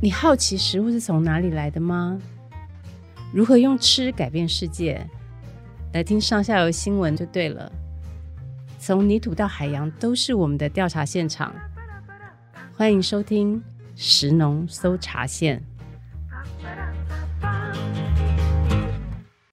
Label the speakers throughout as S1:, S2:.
S1: 你好奇食物是从哪里来的吗？如何用吃改变世界？来听上下游新闻就对了。从泥土到海洋，都是我们的调查现场。欢迎收听《食农搜查线》。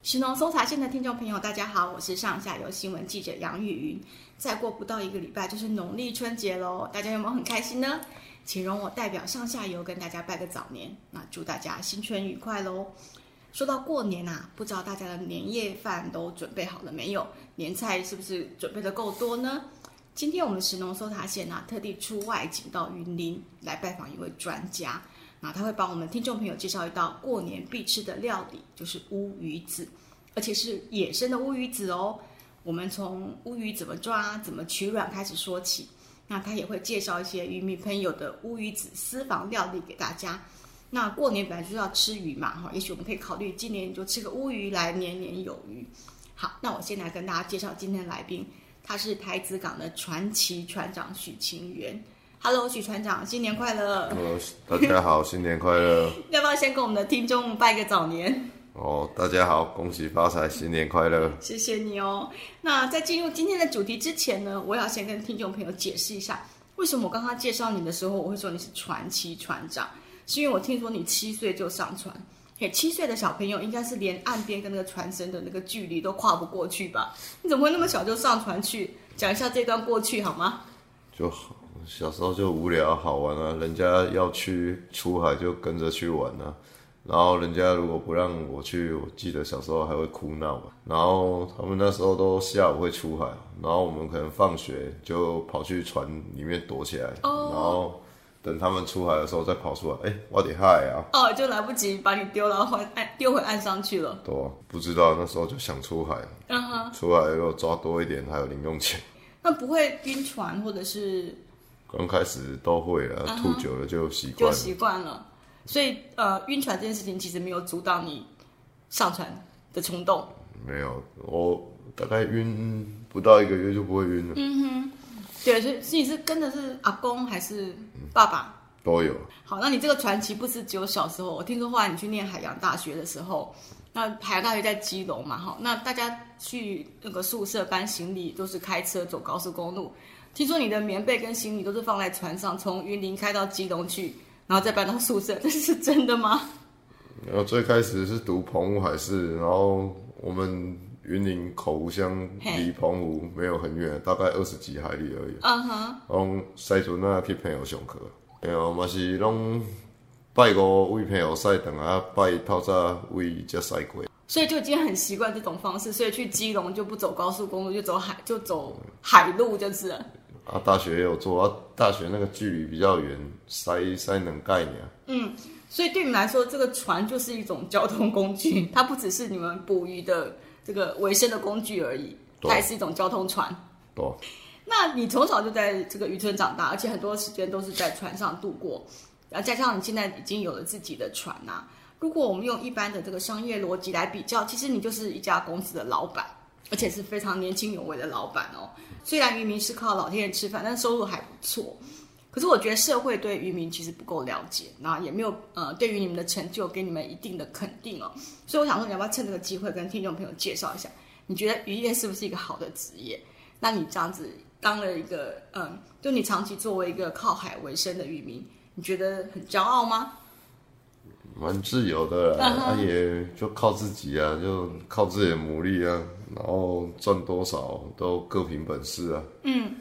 S2: 石农搜查线的听众朋友，大家好，我是上下游新闻记者杨玉云。再过不到一个礼拜就是农历春节喽，大家有没有很开心呢？请容我代表上下游跟大家拜个早年，那祝大家新春愉快喽！说到过年啊，不知道大家的年夜饭都准备好了没有？年菜是不是准备的够多呢？今天我们石农搜查线啊，特地出外景到云林来拜访一位专家，那他会帮我们听众朋友介绍一道过年必吃的料理，就是乌鱼子，而且是野生的乌鱼子哦。我们从乌鱼怎么抓、怎么取卵开始说起，那他也会介绍一些渔民朋友的乌鱼子私房料理给大家。那过年本来就是要吃鱼嘛，哈，也许我们可以考虑今年就吃个乌鱼来年年有余。好，那我先来跟大家介绍今天的来宾，他是台子港的传奇船长许清源。Hello，许船长，新年快乐！
S3: Hello，大家好，新年快乐！
S2: 要不要先跟我们的听众拜个早年？
S3: 哦，大家好，恭喜发财，新年快乐！
S2: 谢谢你哦。那在进入今天的主题之前呢，我要先跟听众朋友解释一下，为什么我刚刚介绍你的时候，我会说你是传奇船长，是因为我听说你七岁就上船。嘿，七岁的小朋友应该是连岸边跟那个船身的那个距离都跨不过去吧？你怎么会那么小就上船去？讲一下这段过去好吗？
S3: 就好小时候就无聊好玩啊，人家要去出海就跟着去玩啊。然后人家如果不让我去，我记得小时候还会哭闹嘛。然后他们那时候都下午会出海，然后我们可能放学就跑去船里面躲起来，
S2: 哦
S3: 然后等他们出海的时候再跑出来。哎、我得害啊！
S2: 哦，就来不及把你丢了，回岸哎丢回岸上去了。
S3: 对啊，不知道那时候就想出海，
S2: 嗯哼。
S3: 出海如果抓多一点还有零用钱。
S2: 那不会晕船或者是
S3: 刚开始都会了，吐久了就习惯
S2: 嗯就
S3: 了。
S2: 习惯了，所以呃，晕船这件事情其实没有阻挡你上船的冲动。
S3: 没有，我大概晕不到一个月就不会晕
S2: 嗯
S3: 了，
S2: 对，所以所以你是跟的是阿公还是爸爸？
S3: 都有。
S2: 好，那你这个传奇不是只有小时候，我听说后来你去念海洋大学的时候，那海洋大学在基隆嘛，哈，那大家去那个宿舍搬行李都是开车走高速公路，听说你的棉被跟行李都是放在船上，从云林开到基隆去，然后再搬到宿舍，这是真的吗？
S3: 然后最开始是读澎湖海事，然后我们云林口湖乡
S2: 嘿
S3: 离澎湖没有很远，大概二十几海里而已。
S2: 嗯哼，
S3: 然后赛船那去朋友上课，然后嘛是拢拜五为朋友赛等啊，拜透早为才赛过。
S2: 所以就已经很习惯这种方式，所以去基隆就不走高速公路，就走海，就走海路就是了。
S3: 啊，大学也有做啊，大学那个距离比较远，塞塞能盖你啊。
S2: 所以对你们来说，这个船就是一种交通工具，它不只是你们捕鱼的这个维生的工具而已，
S3: 对
S2: 它也是一种交通船。
S3: 对啊，
S2: 那你从小就在这个渔村长大，而且很多时间都是在船上度过，然后加上你现在已经有了自己的船呐、如果我们用一般的这个商业逻辑来比较，其实你就是一家公司的老板，而且是非常年轻有为的老板哦。虽然渔民是靠老天爷吃饭，但收入还不错。可是我觉得社会对渔民其实不够了解，那也没有呃对于你们的成就给你们一定的肯定哦。所以我想说，你要不要趁这个机会跟听众朋友介绍一下，你觉得渔业是不是一个好的职业？那你这样子当了一个嗯，就你长期作为一个靠海为生的渔民，你觉得很骄傲吗？
S3: 蛮自由的啦，
S2: 嗯
S3: 他、也就靠自己啊，就靠自己的努力啊，然后赚多少都各凭本事啊。嗯，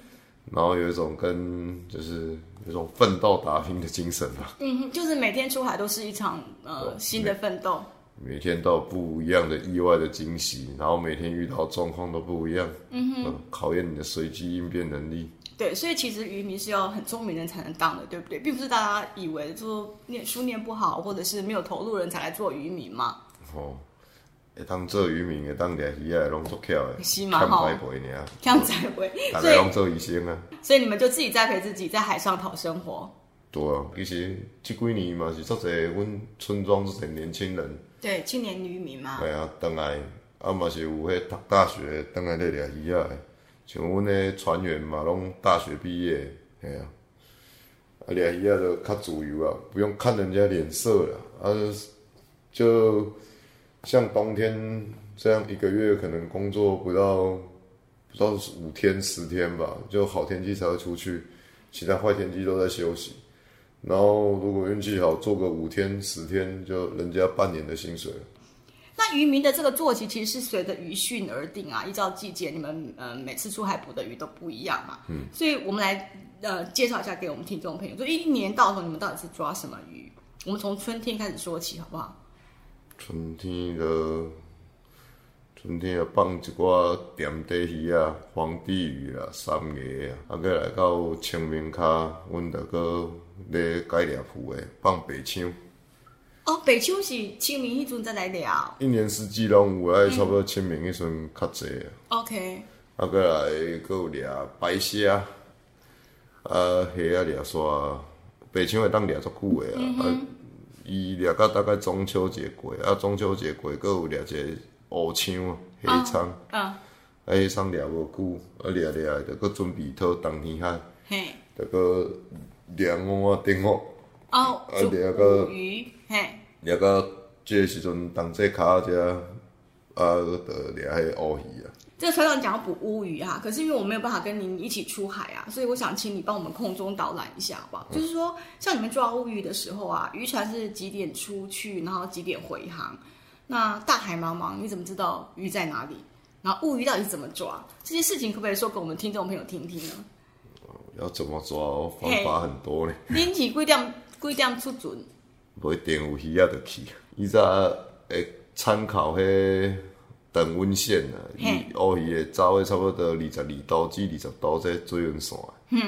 S3: 然后有一种跟就是有一种奋斗打拼的精神啊吧，
S2: 嗯哼，就是每天出海都是一场呃
S3: 哦
S2: 新的奋斗。
S3: 每天都有不一样的意外的惊喜，然后每天遇到状况都不一样，嗯哼，考验你的随机应变能力。
S2: 对，所以其实渔民是要很聪明人才能当的，对不对？并不是大家以为说念书念不好，或者是没有投入人才来做渔民嘛。
S3: 哦，会当做渔民，会当抓鱼啊，拢做巧的，
S2: 是嘛吼
S3: 欠歹 陪尔，
S2: 这样才会，
S3: 大
S2: 所
S3: 家拢
S2: 以
S3: 做医生啊。
S2: 所以你们就自己栽培自己，在海上讨生活。
S3: 对啊，其实这几年嘛是足侪阮村庄足侪年轻人，
S2: 对，青年渔民嘛，
S3: 哎啊，倒来啊嘛是有迄读大学倒来咧掠鱼仔的，像阮迄船员嘛拢大学毕业，嘿啊，啊啊，掠鱼啊就较自由啊，不用看人家脸色了啊，就像冬天这样一个月可能工作不到不到五天十天吧，就好天气才会出去，其他坏天气都在休息。然后如果运气好，做个五天十天，就人家半年的薪水了。
S2: 那渔民的这个作息其实是随着鱼汛而定啊，依照季节，你们呃每次出海捕的鱼都不一样嘛。嗯，所以我们来呃介绍一下给我们听众朋友，就一年到头你们到底是抓什么鱼？我们从春天开始说起好不好？
S3: 春天的春天的放一寡点底鱼啊、黄碧鱼啊、三叶啊，啊，再来到清明卡，阮着搁咧改良铺诶放白枪，
S2: 哦，北秋是清明一阵再来聊。
S3: 一年四季拢有，爱差不多清明迄阵较济啊。
S2: OK，
S3: 啊，过来搁有掠白虾，啊虾啊掠煞，白枪会当掠足久诶啊，啊伊掠到大概中秋节过，啊中秋节过，搁有掠一个乌枪啊，黑枪，啊
S2: 嗯，
S3: 黑枪掠无久，啊掠掠的着搁准备讨冬天海，
S2: 嘿，
S3: 着搁掠乌啊顶乌，
S2: 哦，
S3: 啊
S2: 煮
S3: 两个
S2: 捕鱼，嘿，
S3: 掠到即个时阵冬节卡遮，啊着掠迄乌鱼啊，
S2: 这个传统讲要捕乌鱼哈、可是因为我没有办法跟您一起出海啊，所以我想请你帮我们空中导览一下，好不
S3: 嗯
S2: 好？就是说，像你们抓乌鱼的时候啊，渔船是几点出去，然后几点回航？那大海茫茫，你怎么知道鱼在哪里？然后乌鱼到底是怎么抓？这些事情可不可以说给我们听众朋友听听呢？
S3: 要怎么抓哦？方法很多呢。
S2: 拎起规定规定出准，
S3: 无一定有鱼仔就去。伊早会参考迄等温线啊，
S2: 嘿
S3: 伊乌鱼会走诶差不多二十二度至二十度这水温线。嗯。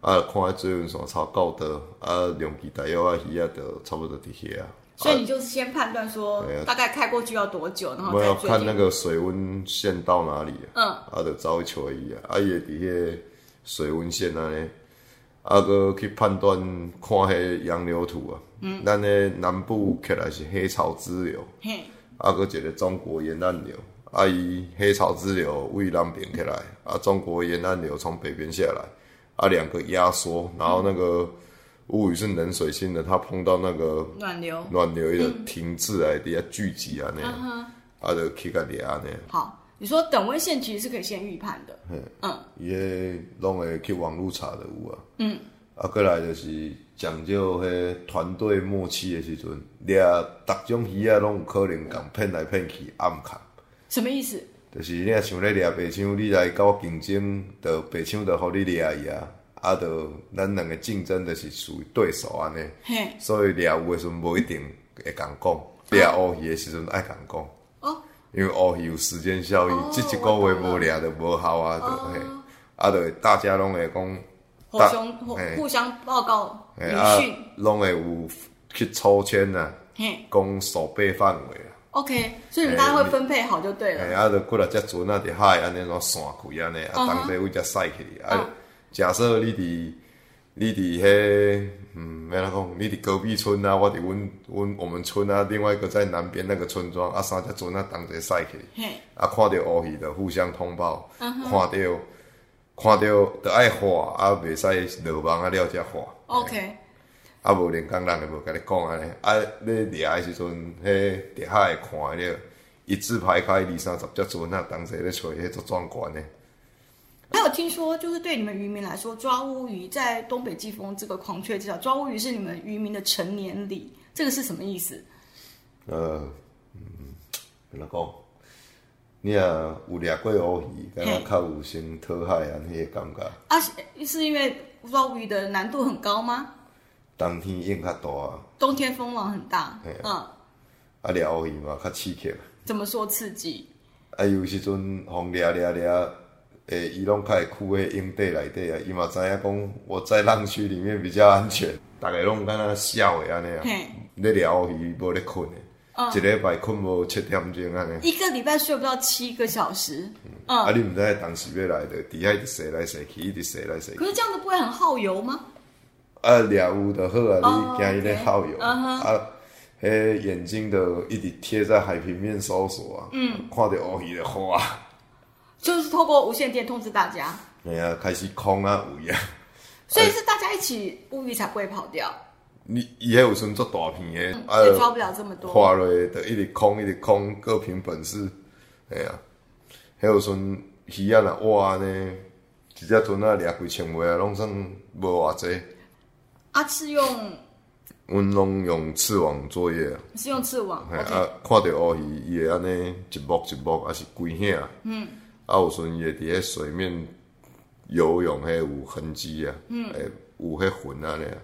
S3: 啊，看迄水温线差到多，啊，两支大约啊鱼仔就差不多伫啊遐。
S2: 所以你就是先判断说
S3: 对啊
S2: 大概开过去要多久，然后
S3: 我
S2: 再
S3: 要
S2: 追
S3: 看
S2: 进
S3: 那个水温线到哪里啊，
S2: 嗯
S3: 啊，就走去找伊啊，啊，伊会伫迄水温线安尼，啊，搁去判断看迄洋流图啊，嗯，咱迄南部起来是黑潮支流，
S2: 嘿，
S3: 啊，搁一个中国沿岸流，啊，伊黑潮支流为南边起来，啊，中国沿岸流从北边下来，啊，两个压缩，然后那个乌鱼是冷水性的，它碰到那个
S2: 暖流。
S3: 暖流就停滞啊，底下聚集啊那样，啊就起个掠啊那样，
S2: 好，你说等温线其实是可以先预判的，嗯，
S3: 伊迄拢会去网络查的有啊。嗯。啊，过来就是讲究迄团队默契的时阵，掠逐种鱼啊拢有可能共骗来骗去暗砍。
S2: 什么意思？
S3: 就是你若想咧掠白枪，你来甲我竞争，就白枪就互你掠伊啊，啊，就咱两个竞争就是属于对手安尼，
S2: 嘿，
S3: 所以掠有诶时阵无一定会共讲，掠乌鱼诶时阵爱共讲。
S2: 哦，
S3: 因为乌鱼有时间效应，即、一个月无掠就无效啊，就嘿，啊，就大家拢会讲，
S2: 哦互
S3: 大
S2: 相互
S3: 嘿
S2: 互相报告
S3: 嘿
S2: 培
S3: 啊
S2: 训，，
S3: 拢会有去抽签啊，
S2: 嘿
S3: 讲守备范围啊，
S2: ，OK，所以你们大家会分配好就对
S3: 嘿，
S2: 了。
S3: 啊，就过来只船啊，伫海安尼怎散开安尼，啊，同齐位只驶去，啊，假设你伫你伫迄，嗯，要安怎讲？你伫隔壁村啊，我伫阮阮我们村啊，另外一个在南边那个村庄啊，三只船啊同齐驶去。
S2: 嘿，
S3: 啊，看到乌鱼就互相通报，看到看到就爱画，啊，袂使落网啊了才画，
S2: ，OK，
S3: 啊，无连工人就无甲你讲安尼，啊，你掠诶时阵，迄伫海看了，一字排开二三十只船啊，同齐咧找迄足壮观诶。
S2: 还有听说，就是对你们渔民来说，抓乌鱼在东北季风这个狂吹之下，抓乌鱼是你们渔民的成年礼，这个是什么意思？
S3: 呃，嗯，怎么讲？你若有掠过乌鱼，敢若较有先讨海安迄个感觉。
S2: 啊，是是因为抓乌鱼的难度很高吗？
S3: 冬天应较大，啊，
S2: 冬天风浪很大
S3: 嘿，
S2: 嗯，
S3: 掠乌鱼嘛较刺激。
S2: 怎么说刺激？
S3: 啊，有时阵互掠掠掠，诶、伊拢较会去迄营地内底啊，伊嘛知影讲我在浪区里面比较安全，逐个拢敢若痟的安尼
S2: 嘿
S3: 啊，咧掠乌鱼无咧困的，一礼拜困无七点钟安尼，
S2: 一个礼拜睡不到七个小时，嗯，
S3: 啊，你毋知当时要来的，伫遐一直踅来踅去，一直踅来踅去
S2: 可，是这样子不会很耗油吗？
S3: 啊，掠有就好啊，
S2: 哦
S3: 你惊伊咧
S2: OK，
S3: 耗油
S2: 嗯哼
S3: 啊。迄眼睛就一直贴在海平面搜索啊，看着乌鱼就啊花，
S2: 就是透过无线电通知大家。
S3: 哎呀，开始空啊有啊，
S2: 所以是大家一起乌鱼才不会跑掉，
S3: 你伊迄有时阵做大片诶，啊，
S2: 也抓不了这么多。
S3: 花落就一直空一直空，各凭本事，哎呀、迄有时阵鱼啊若哇呢，一只船啊掠几千尾啊，拢算无偌济。
S2: 啊，是用
S3: 阮拢用刺网作业啊，
S2: 是用刺网
S3: 嘿
S2: ，OK，
S3: 啊，看着乌鱼，伊会安尼一目一目，啊是规影。嗯。啊，有时阵伊会伫咧水面游泳，迄有痕迹啊，嗯，有迄痕啊咧，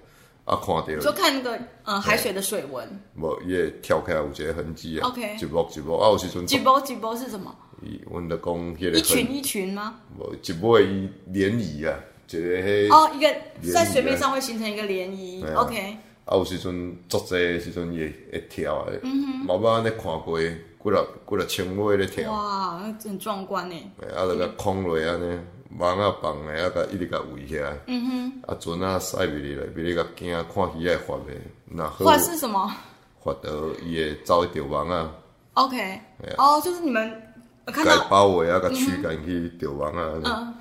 S3: 啊看着。
S2: 就看那个呃海水的水纹，
S3: 无伊会跳起来有一个痕迹啊
S2: OK
S3: 一幕一幕啊，有时阵
S2: 几波几波是什么？
S3: 伊阮就讲迄
S2: 一
S3: 个
S2: 群
S3: 痕，
S2: 一群吗？
S3: 无一尾伊涟漪啊，一个迄、
S2: 哦，一个
S3: 涟漪
S2: 在水面上会形成一个涟漪
S3: 对啊
S2: ，OK，
S3: 啊，有时阵作济的时阵伊会会跳啊，妈妈安尼看过，几落几落千尾咧跳，
S2: 哇，那很壮观呢。
S3: 嘿啊，就甲空落安尼，网啊放咧，啊，甲一直甲围起来，嗯哼，啊，船啊驶袂入来，袂咧甲惊，看鱼会发袂，若好
S2: 或者是什么
S3: 发到伊会走一条网啊，
S2: ？OK，哦，就是你们我看
S3: 甲伊
S2: 到，
S3: 包围啊，甲驱赶去条网啊。安尼
S2: 嗯，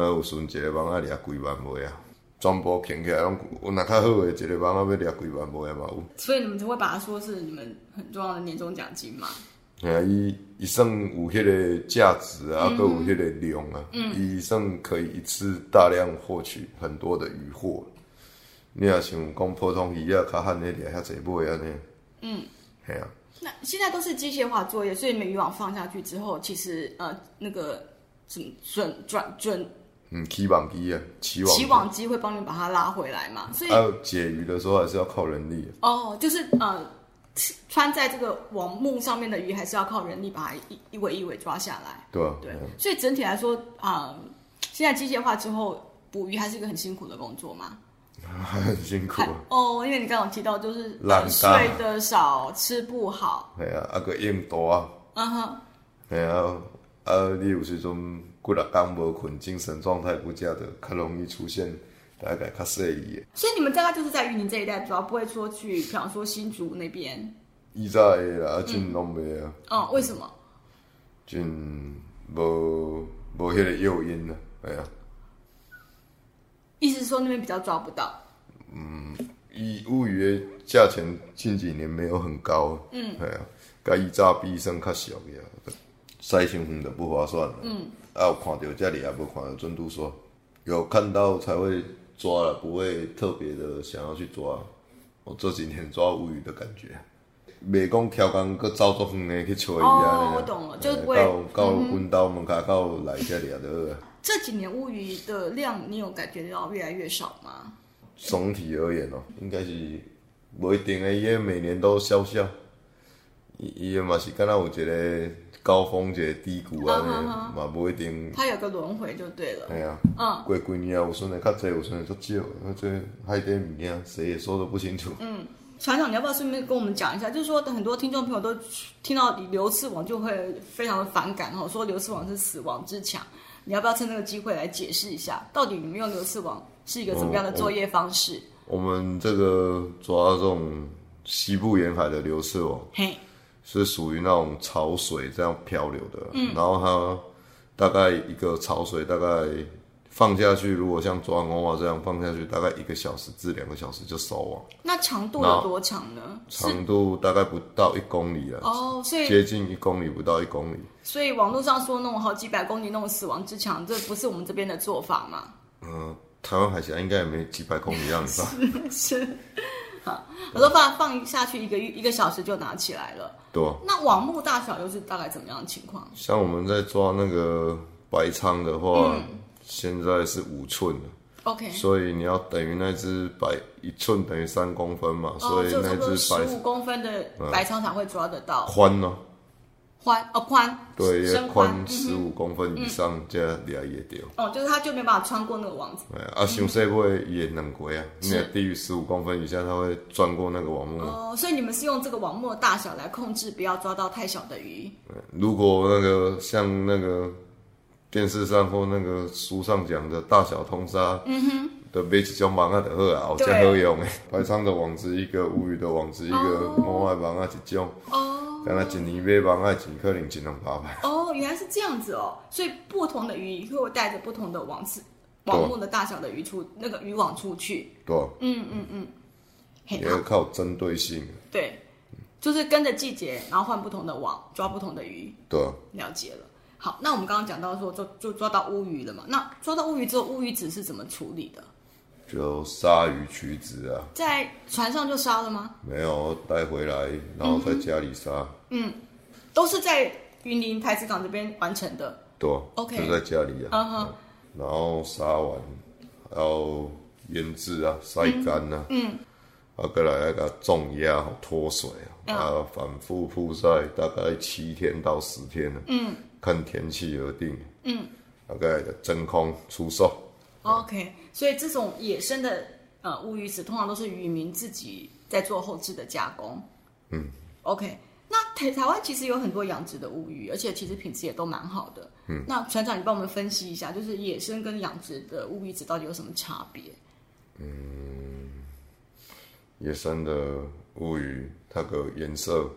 S3: 啊，有时阵一个网啊掠几万尾啊，全部捡起来拢有，有若较好诶，一个网啊要掠几万尾啊嘛有。
S2: 所以你们就会把它说是你们很重要的年终奖金嘛？
S3: 吓，啊伊伊算有迄个价值啊，佮有迄个量啊，伊、算可以一次大量获取很多的渔获。你若想讲普通鱼啊，较罕咧掠遐侪尾安尼，嗯，吓啊，
S2: 那现在都是机械化作业，所以你们渔网放下去之后，其实呃那个什么准转准
S3: 嗯，起网机啊，起网，
S2: 起网机会帮你把它拉回来嘛？所以、
S3: 还有解鱼的时候还是要靠人力、啊。
S2: 哦，就是呃穿在这个网目上面的鱼，还是要靠人力把它一一尾一尾抓下来。
S3: 对啊，
S2: 对
S3: 嘿啊，
S2: 所以整体来说啊、呃现在机械化之后，捕鱼还是一个很辛苦的工作嘛。
S3: 还 很辛苦
S2: 还
S3: 啊，
S2: 哦，因为你刚刚有提到就是
S3: 懒
S2: 呃
S3: 惰
S2: 睡得少，吃不好，
S3: 系啊，啊佮硬度啊，
S2: 嗯哼，
S3: 嘿啊，啊，你有时阵几六天无困，精神状态不佳的，较容易出现大概较细腻的。
S2: 所以你们大概就是在云林这一带，主要不会说去，比方说新竹那边。
S3: 以前会啦，啊，真拢袂啊，
S2: 哦，为什么？
S3: 真无无迄个诱因啦，系啊。
S2: 意思是说那边比较抓不到。
S3: 伊乌鱼的价钱近几年没有很高，嗯，系啊，甲伊早比算较俗个啊，晒伤远就不划算了，嗯，啊有看到这里也无看到珍珠鲨，有看到才会抓了，不会特别的想要去抓。我这几年抓乌鱼的感觉，袂讲超工搁走足远的去找伊啊
S2: 哦我懂了就是嗯为
S3: 哎到到阮兜门口到来这里就好啊。
S2: 这几年乌鱼的量，你有感觉到越来越少吗？
S3: 总体而言哦、应该是无一定的，伊个每年都消消，伊伊个嘛是敢若有一个高峰，一个低谷安尼，嘛无、一定。
S2: 它有个轮回就对了。
S3: 哎呀、过几年啊有阵会较侪，有阵会较少，或者海底物件谁也说得不清楚。
S2: 船长，你要不要顺便跟我们讲一下？就是说，很多听众朋友都听到流刺网就会非常的反感哦，说流刺网是死亡之墙。你要不要趁这个机会来解释一下，到底你们用流刺网是一个怎么样的作业方式？
S3: 我们这个抓这种西部沿海的流哦刺网，
S2: 嘿，
S3: 是属于那种潮水这样漂流的，
S2: 嗯
S3: 然后它大概一个潮水大概放下去，如果像抓欧啊这样放下去，大概一个小时至两个小时就收网，
S2: 那强度有多长呢？是
S3: 长度大概不到一公里了，
S2: 哦，所以
S3: 接近一公里不到一公里。
S2: 所以网络上说弄好几百公里弄死亡之墙，这不是我们这边的做法嘛？
S3: 嗯、台湾海峡应该也没几百公里样子吧？
S2: 是， 好，我说放放下去一个一个小时就拿起来了。
S3: 对啊、
S2: 那网目大小又是大概怎么样的情况？
S3: 像我们在抓那个白鲳的话，
S2: 嗯
S3: 现在是五寸了
S2: OK，
S3: 所以你要等于那只白一寸等于三公分嘛，所
S2: 哦，
S3: 以
S2: 就差
S3: 那
S2: 不多
S3: 只
S2: 十
S3: 白嗯
S2: 五公分的白长才会抓得到，
S3: 宽呢、
S2: 宽哦宽，
S3: 对，要
S2: 深
S3: 宽
S2: 嗯
S3: 十五公分以上才抓伊着。
S2: 哦，就是它就没办法穿过那个网子。
S3: 哎啊，想说尾伊会两过啊，你若低于十五公分以下，它会钻过那个网目。
S2: 哦，所以你们是用这个网目的大小来控制，不要抓到太小的鱼。
S3: 如果那个像那个电视上或那个书上讲的大小通杀，嗯哼，的买一种网啊就好啊，有
S2: 对
S3: 才好用诶。白鲳的网子一个，乌鱼的网子一个，猫的网啊一种，
S2: 哦
S3: 敢若一年买网啊钱可能一两百块。
S2: 哦，原来是这样子哦，所以不同的鱼会带着不同的网子网目的大小的渔出那个渔网出去。
S3: 对啊，
S2: 嗯嗯嗯，嘿
S3: 也，要靠针对性，
S2: 对，就是跟着季节，然后换不同的网，抓不同的鱼。
S3: 对啊，
S2: 了解了。好，那我们刚刚讲到说，就就抓到乌鱼了嘛？那抓到乌鱼之后，乌鱼子是怎么处理的？
S3: 就鲨鱼、橘子啊，
S2: 在船上就杀了吗？
S3: 没有带回来，然后在家里杀，
S2: 都是在云林太子港这边完成的。
S3: 对啊
S2: OK
S3: 就在家里啊，
S2: 嗯哼，
S3: 然后杀完，还要腌制啊，晒干啊，嗯，啊，再来那个重压脱水啊，啊，反复曝晒大概七天到十天啊，嗯，看天气而定，嗯，啊，再来个真空出售，
S2: OK，所以这种野生的呃乌鱼子，通常都是渔民自己在做后置的加工。
S3: 嗯
S2: ，OK。那台台湾其实有很多养殖的乌鱼，而且其实品质也都蛮好的。嗯，那船长，你帮我们分析一下，就是野生跟养殖的乌鱼子到底有什么差别？
S3: 野生的乌鱼，它的颜色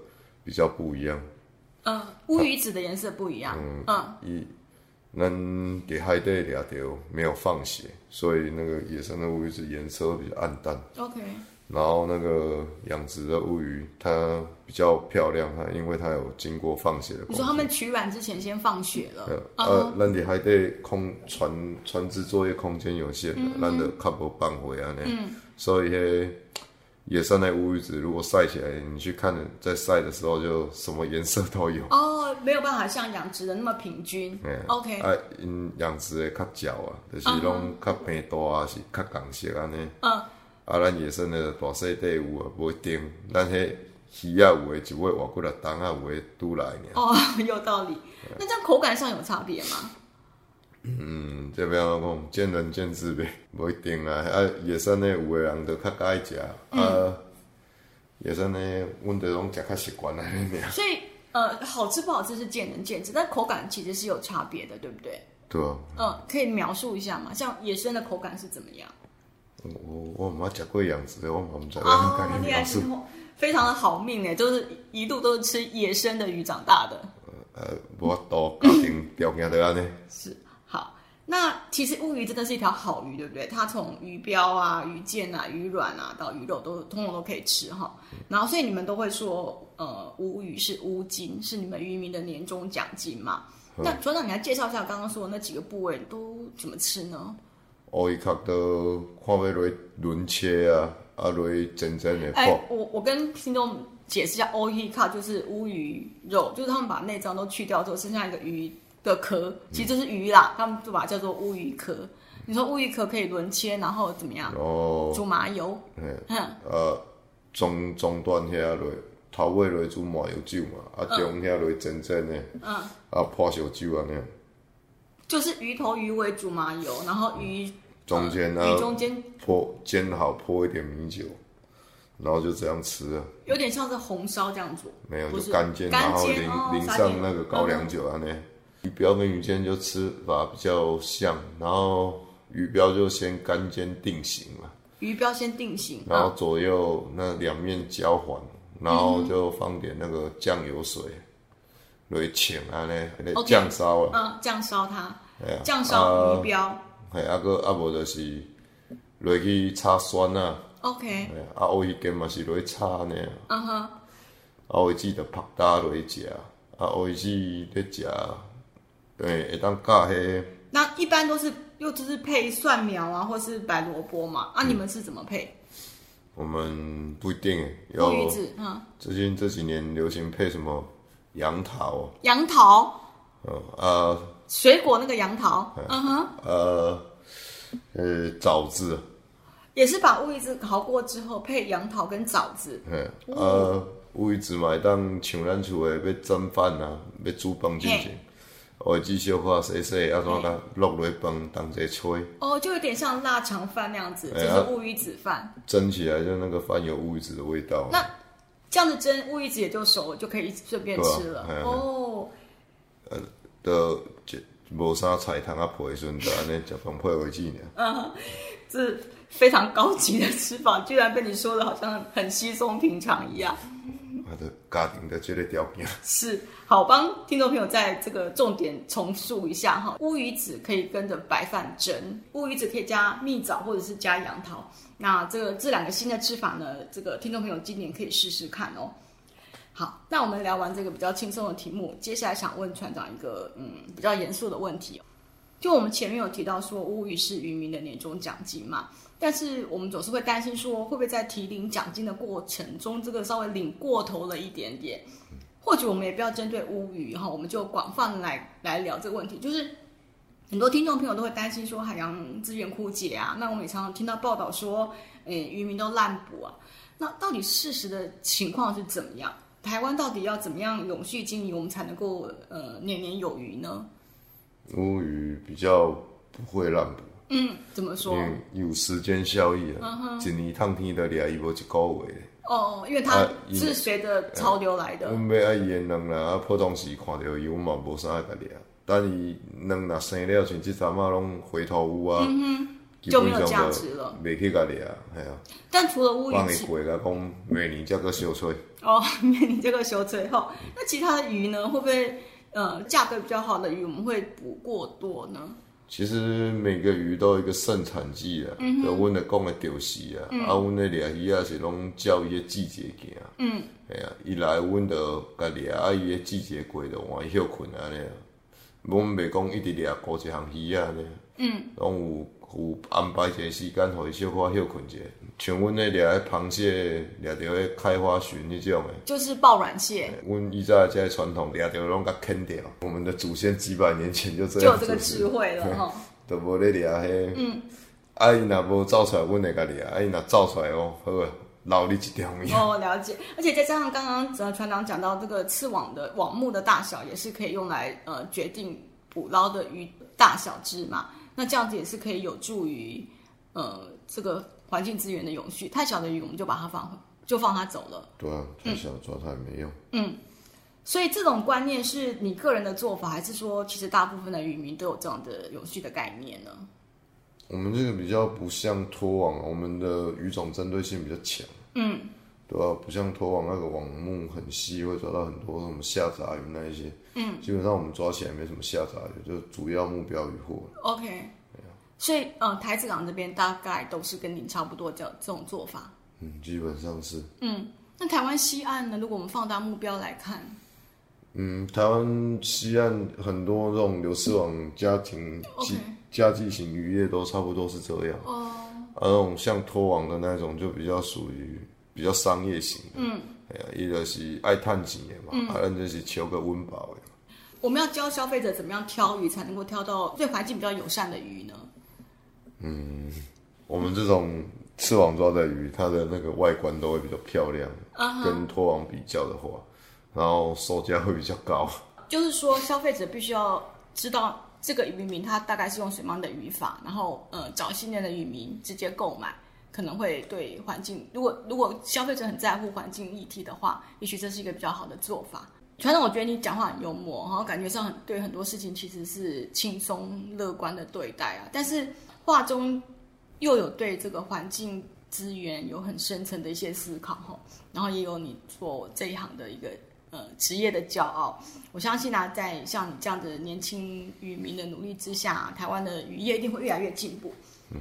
S3: 比较不一样。
S2: 嗯，乌鱼子的颜色不一样。嗯，
S3: 一，咱伫海底掠着没有放血，所以那个野生的乌鱼是颜色比较暗淡。
S2: OK，
S3: 然后那个养殖的乌鱼，它比较漂亮，它因为它有经过放血的
S2: 你
S3: 工
S2: 说他
S3: 作。
S2: 们取卵之前先放血了，
S3: 呃，啊，咱伫海底空船船只作业空间有限，咱就较无放回安尼。所以迄野生的乌鱼子，如果晒起来，你去看在晒的时候，就什么颜色都有。
S2: 哦，没有办法像养殖的那么平均。
S3: 嘿
S2: OK，
S3: 啊，因养殖的较少啊，就是拢较平大啊，是较共色安尼。
S2: 嗯
S3: 啊，咱野生的大细底有啊，无一定。咱迄鱼啊，有的一尾活过来东啊，有的拄来尔。
S2: 哦， 有道理。那这样口感上有差别吗？
S3: 嗯，这边我讲见仁见智呗，无一定啊。啊，野生的有的人就较爱食，
S2: 嗯
S3: 啊，野生的阮就拢食较习惯安啊尼尔。
S2: 所以呃，好吃不好吃是见仁见智，但口感其实是有差别的，对不对？
S3: 对啊，
S2: 嗯，可以描述一下吗？像野生的口感是怎么样？
S3: 我我我毋捌食过养殖的，我嘛毋知道
S2: 哦
S3: 甲，你
S2: 你还
S3: 描
S2: 是
S3: 述。
S2: 非常的好命哎，就是一路都是吃野生的鱼长大的。
S3: 呃，无法度家庭条件就安尼。
S2: 是好，那其实乌鱼真的是一条好鱼，对不对？它从鱼标啊、鱼腱啊、鱼卵啊到鱼肉都通通都可以吃哈。然后，所以你们都会说，呃，乌鱼是乌金，是你们渔民的年终奖金嘛？那船长，你来介绍一下刚刚说的那几个部位都怎么吃呢？
S3: 哦乌伊壳都看要落轮切啊，啊落真正的
S2: 哎
S3: 爆，，
S2: 我我跟听众解释一下 o i k a 就是乌鱼肉，就是他们把内脏都去掉之后，剩下一个鱼的壳，其实就是鱼啦，他们就把它叫做乌鱼壳。你说乌鱼壳可以轮切，然后怎么样
S3: 然？后
S2: 煮麻油，嗯，
S3: 呃哦中中段遐落头尾落煮麻油酒嘛，啊中遐落真正的，
S2: 嗯
S3: 啊泡烧酒安尼，
S2: 就是鱼头鱼尾煮麻油，然后鱼
S3: 嗯
S2: 呃
S3: 中间呃呢
S2: 鱼嗯中间
S3: 泼煎好泼一点米酒，然后就这样吃啊，
S2: 有点像是红烧这样煮，
S3: 没有
S2: 不
S3: 就是干煎，然
S2: 干
S3: 后
S2: 煎
S3: 淋
S2: 哦
S3: 淋
S2: 撒
S3: 上
S2: 点
S3: 那个高粱酒安尼。鱼标跟鱼煎就吃法比较像，然后鱼标就先干煎定型嘛。
S2: 鱼标先定型，
S3: 然后
S2: 嗯
S3: 左右那两面交环，然后就放点那个酱油水，来请安尼，那个
S2: OK
S3: 酱烧啊，
S2: 嗯，酱烧它，
S3: 哎呀
S2: 酱烧鱼，标
S3: 系啊个啊无就是落去炒蒜啊，
S2: ，OK，
S3: 哎呀啊我迄间嘛是落去炒呢，
S2: 嗯哼，
S3: 啊我记得拍打落去食，啊我记咧食，对会当加迄
S2: 那一般都是又就是配蒜苗啊，或是白萝卜嘛，
S3: 嗯
S2: 啊，你们是怎么配？
S3: 我们不一定诶，
S2: 乌
S3: 有
S2: 鱼子，嗯，
S3: 最近这几年流行配什么杨桃，
S2: 杨桃，
S3: 嗯啊。
S2: 水果那个杨桃，
S3: 哎
S2: 嗯哼，
S3: 呃，呃，枣子，
S2: 也是把乌鱼子熬过之后配杨桃跟枣子，
S3: 嘿，呃，有一只买当像咱厝诶要蒸饭啊，要煮饭进前，哦我会至少化洗洗，啊，怎甲落落饭同齐炊，
S2: 哦，就有点像腊肠饭那样子，就
S3: 哎呀
S2: 是乌鱼子饭。
S3: 蒸起来就那个饭有乌鱼子的味道。
S2: 那这样子蒸乌鱼子也就熟了，就可以顺便吃了。
S3: 对啊
S2: 哦，
S3: 的就无啥菜通啊配顺的，安尼食饭配为止尔。
S2: 这是非常高级的吃法，居然被你说的好像很稀松平常一样。
S3: 啊，就家庭的这个条件。
S2: 是，好，帮听众朋友在这个重点重述一下哈。乌鱼子可以跟着白饭蒸，乌鱼子可以加蜜枣或者是加杨桃。那这个这两个新的吃法呢，这个听众朋友今年可以试试看哦。好，那我们聊完这个比较轻松的题目，接下来想问船长一个嗯比较严肃的问题哦。就我们前面有提到说乌鱼是渔民的年终奖金嘛，但是我们总是会担心说会不会在提领奖金的过程中，这个稍微领过头了一点点。或许我们也不要针对乌鱼哈，我们就广泛来来聊这个问题。就是很多听众朋友都会担心说海洋资源枯竭啊，那我们也常常听到报道说，诶、渔民都滥捕啊。那到底事实的情况是怎么样？台湾到底要怎么样永续经营，我们才能够呃年年有余呢？
S3: 乌鱼比较不会滥捕，
S2: 嗯，怎么说
S3: 因？为有时间效益啊，一年烫天的掠伊无一个月。
S2: 哦，因为它
S3: 啊因为嗯
S2: 是随着潮流来的。
S3: 阮要爱伊的卵啦，啊普通时看到伊，阮嘛无啥爱甲掠。但伊卵若生了，像即阵啊拢回头乌啊，
S2: 嗯
S3: 基
S2: 就
S3: 本
S2: 没有价
S3: 上
S2: 值了
S3: 袂去甲掠，系啊，
S2: 但除了乌鱼
S3: 放
S2: 之
S3: 伊过甲讲明年才搁小吹。
S2: 哦，面临这个修最后，那其他的鱼呢？会不会呃价格比较好的鱼，我们会捕过多呢？
S3: 其实每个鱼都有一个盛产季啊，
S2: 嗯
S3: 就阮咧讲的就是啊，啊阮咧掠鱼啊是拢照伊的季节行。
S2: 嗯，
S3: 系啊，伊来阮就甲掠，啊伊的季节过就换伊休困安尼啊。阮袂讲一直掠高一项鱼啊安尼。嗯，拢有有安排一个时间，互伊小可休困一下。像阮咧掠迄螃蟹，掠着迄开花鲟迄种诶。
S2: 就是爆卵蟹，
S3: 阮以前遮传统掠着拢甲啃掉，我们的祖先几百年前就这
S2: 就有
S3: 样
S2: 这个智慧了哈。
S3: 都无咧掠迄。嗯。啊，伊若无走出来，阮会甲掠；啊，伊若走出来哦，好啊，留你一条命。
S2: 哦，了解。而且再加上刚刚呃船长讲到这个刺网的网目的大小，也是可以用来呃决定捕捞的鱼大小只嘛。那这样子也是可以有助于呃这个环境资源的永续。太小的鱼我们就把它放就放它走了。
S3: 对啊，太小抓它也没用。
S2: 所以这种观念是你个人的做法，还是说其实大部分的渔民都有这样的永续的概念呢？
S3: 我们这个比较不像拖网，我们的鱼种针对性比较强，
S2: 嗯，
S3: 对吧、不像拖网那个网目很细，会抓到很多什么下杂鱼那一些。嗯，基本上我们抓起来没什么下杂鱼，就主要目标渔获。
S2: OK，所以呃，台子港这边大概都是跟你差不多这这种做法。
S3: 嗯，基本上是。
S2: 嗯，那台湾西岸呢？如果我们放大目标来看，
S3: 嗯，台湾西岸很多这种流丝网家庭
S2: OK
S3: 技家计型渔业都差不多是这样。
S2: 哦
S3: 啊，那种像拖网的那种就比较属于比较商业型的。嗯，哎呀，伊就是爱探钱的嘛，
S2: 嗯
S3: 啊，咱就是求个温饱的。
S2: 我们要教消费者怎么样挑鱼，才能够挑到对环境比较友善的鱼呢？
S3: 我们这种吃网抓的鱼，它的那个外观都会比较漂亮
S2: 啊
S3: 跟拖网比较的话，然后售价会比较高。
S2: 就是说，消费者必须要知道这个渔民他大概是用什么样的语法，然后呃找信任的渔民直接购买，可能会对环境，如果如果消费者很在乎环境议题的话，也许这是一个比较好的做法。传统，我觉得你讲话很幽默，然后感觉上很对很多事情其实是轻松乐观的对待啊，但是话中又有对这个环境资源有很深层的一些思考哈，然后也有你做这一行的一个呃职业的骄傲。我相信啊，在像你这样的年轻渔民的努力之下，台湾的渔业一定会越来越进步。嗯，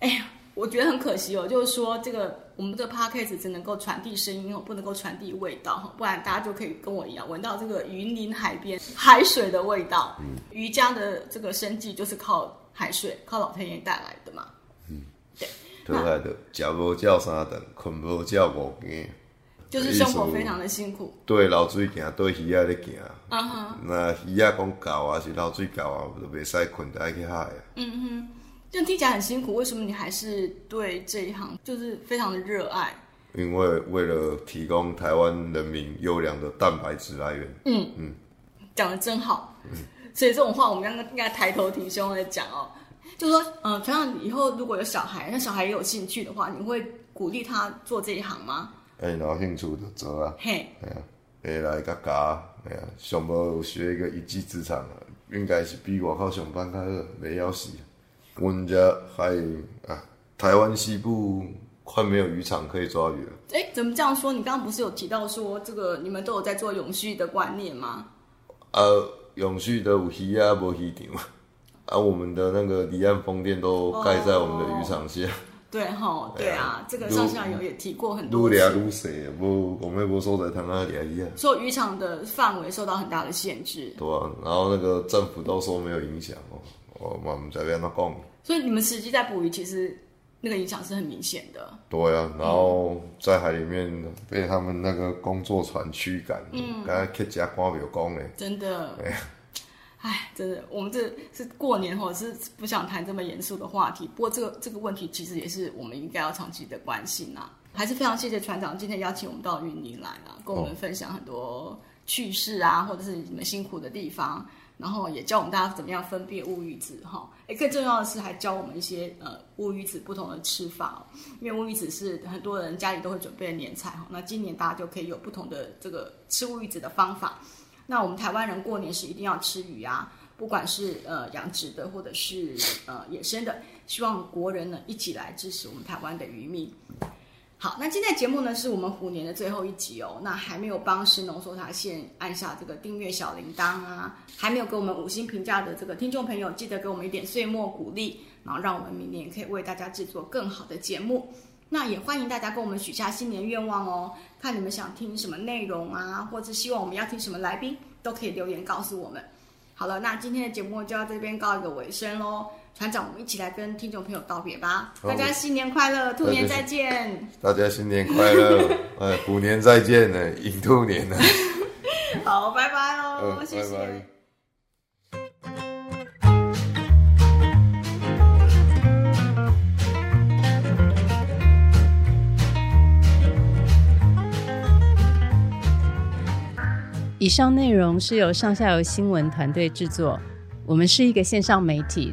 S2: 哎呀，我觉得很可惜哦，就是说这个我们这个 podcast 只能够传递声音哦，不能够传递味道哦，不然大家就可以跟我一样闻到这个云林海边海水的味道。嗯，渔家的这个生计就是靠海水，靠老天爷带来的嘛。
S3: 对来的，食无叫三顿，困无觉五更。
S2: 就是生活非常的辛苦，
S3: 对流水行，对鱼仔咧行。
S2: 嗯哼，
S3: 那鱼仔讲到啊，是流水到啊，就袂使困，就爱去海啊。
S2: 嗯这样听起来很辛苦，为什么你还是对这一行就是非常的热爱？
S3: 因为为了提供台湾人民优良的蛋白质来源，
S2: 讲的真好。所以这种话我们应该应该抬头挺胸的讲哦，就说，嗯、呃，船长以后如果有小孩，那小孩也有兴趣的话，你会鼓励他做这一行吗？
S3: 哎、然后兴趣就做啊。
S2: 嘿，
S3: 哎呀，会来甲教，哎呀，上无有学一个一技之长啊，应该是比外口上班啊较好，袂晓死。阮遮海啊，台湾西部快没有渔场可以抓鱼了。
S2: 哎，怎么这样说？你刚刚不是有提到说这个你们都有在做永续的观念吗？
S3: 啊，永续的有鱼啊，无鱼场 啊，我们的那个离岸风电都盖在我们的渔场下，
S2: 对哈，对啊，这个上下游也提过很
S3: 愈
S2: 多
S3: 掠
S2: 次，
S3: 愈细，无我们无所在通啊掠鱼啊，
S2: 所以渔场的范围受到很大的限制，
S3: 对啊，然后那个政府都说没有影响哦，我嘛唔知要安怎讲。
S2: 所以你们实际在捕鱼，其实那个影响是很明显的。
S3: 对啊，然后在海里面被他们那个工作船驱赶，嗯，刚才客家瓜表讲诶，
S2: 真的。哎，真的，我们这是过年吼，是不想谈这么严肃的话题。不过这个这个问题其实也是我们应该要长期的关心啊。还是非常谢谢船长今天邀请我们到云林来啊，跟我们分享很多趣事啊，或者是你们辛苦的地方，然后也教我们大家怎么样分辨乌鱼子哈。哎，更重要的是还教我们一些呃乌鱼子不同的吃法哦，因为乌鱼子是很多人家里都会准备的年菜哈。那今年大家就可以有不同的这个吃乌鱼子的方法。那我们台湾人过年是一定要吃鱼啊，不管是呃养殖的或者是呃野生的，希望国人呢一起来支持我们台湾的渔民。好，那今天的节目呢是我们虎年的最后一集哦。那还没有帮神农搜查线按下这个订阅小铃铛啊，还没有给我们五星评价的这个听众朋友，记得给我们一点岁末鼓励，然后让我们明年可以为大家制作更好的节目。那也欢迎大家跟我们许下新年愿望哦，看你们想听什么内容啊，或者希望我们要听什么来宾，都可以留言告诉我们。好了，那今天的节目就到这边告一个尾声喽。船长，我们一起来跟听众朋友道别吧，
S3: 好
S2: 大家新年快乐，兔年再见。
S3: 大家新年快乐，哎，虎年再见呢， 寅兔年啊呢，
S2: 好，拜拜哦，
S3: 嗯
S2: 谢谢。
S3: 拜拜
S1: 以上内容是由上下游新闻团队制作，我们是一个线上媒体，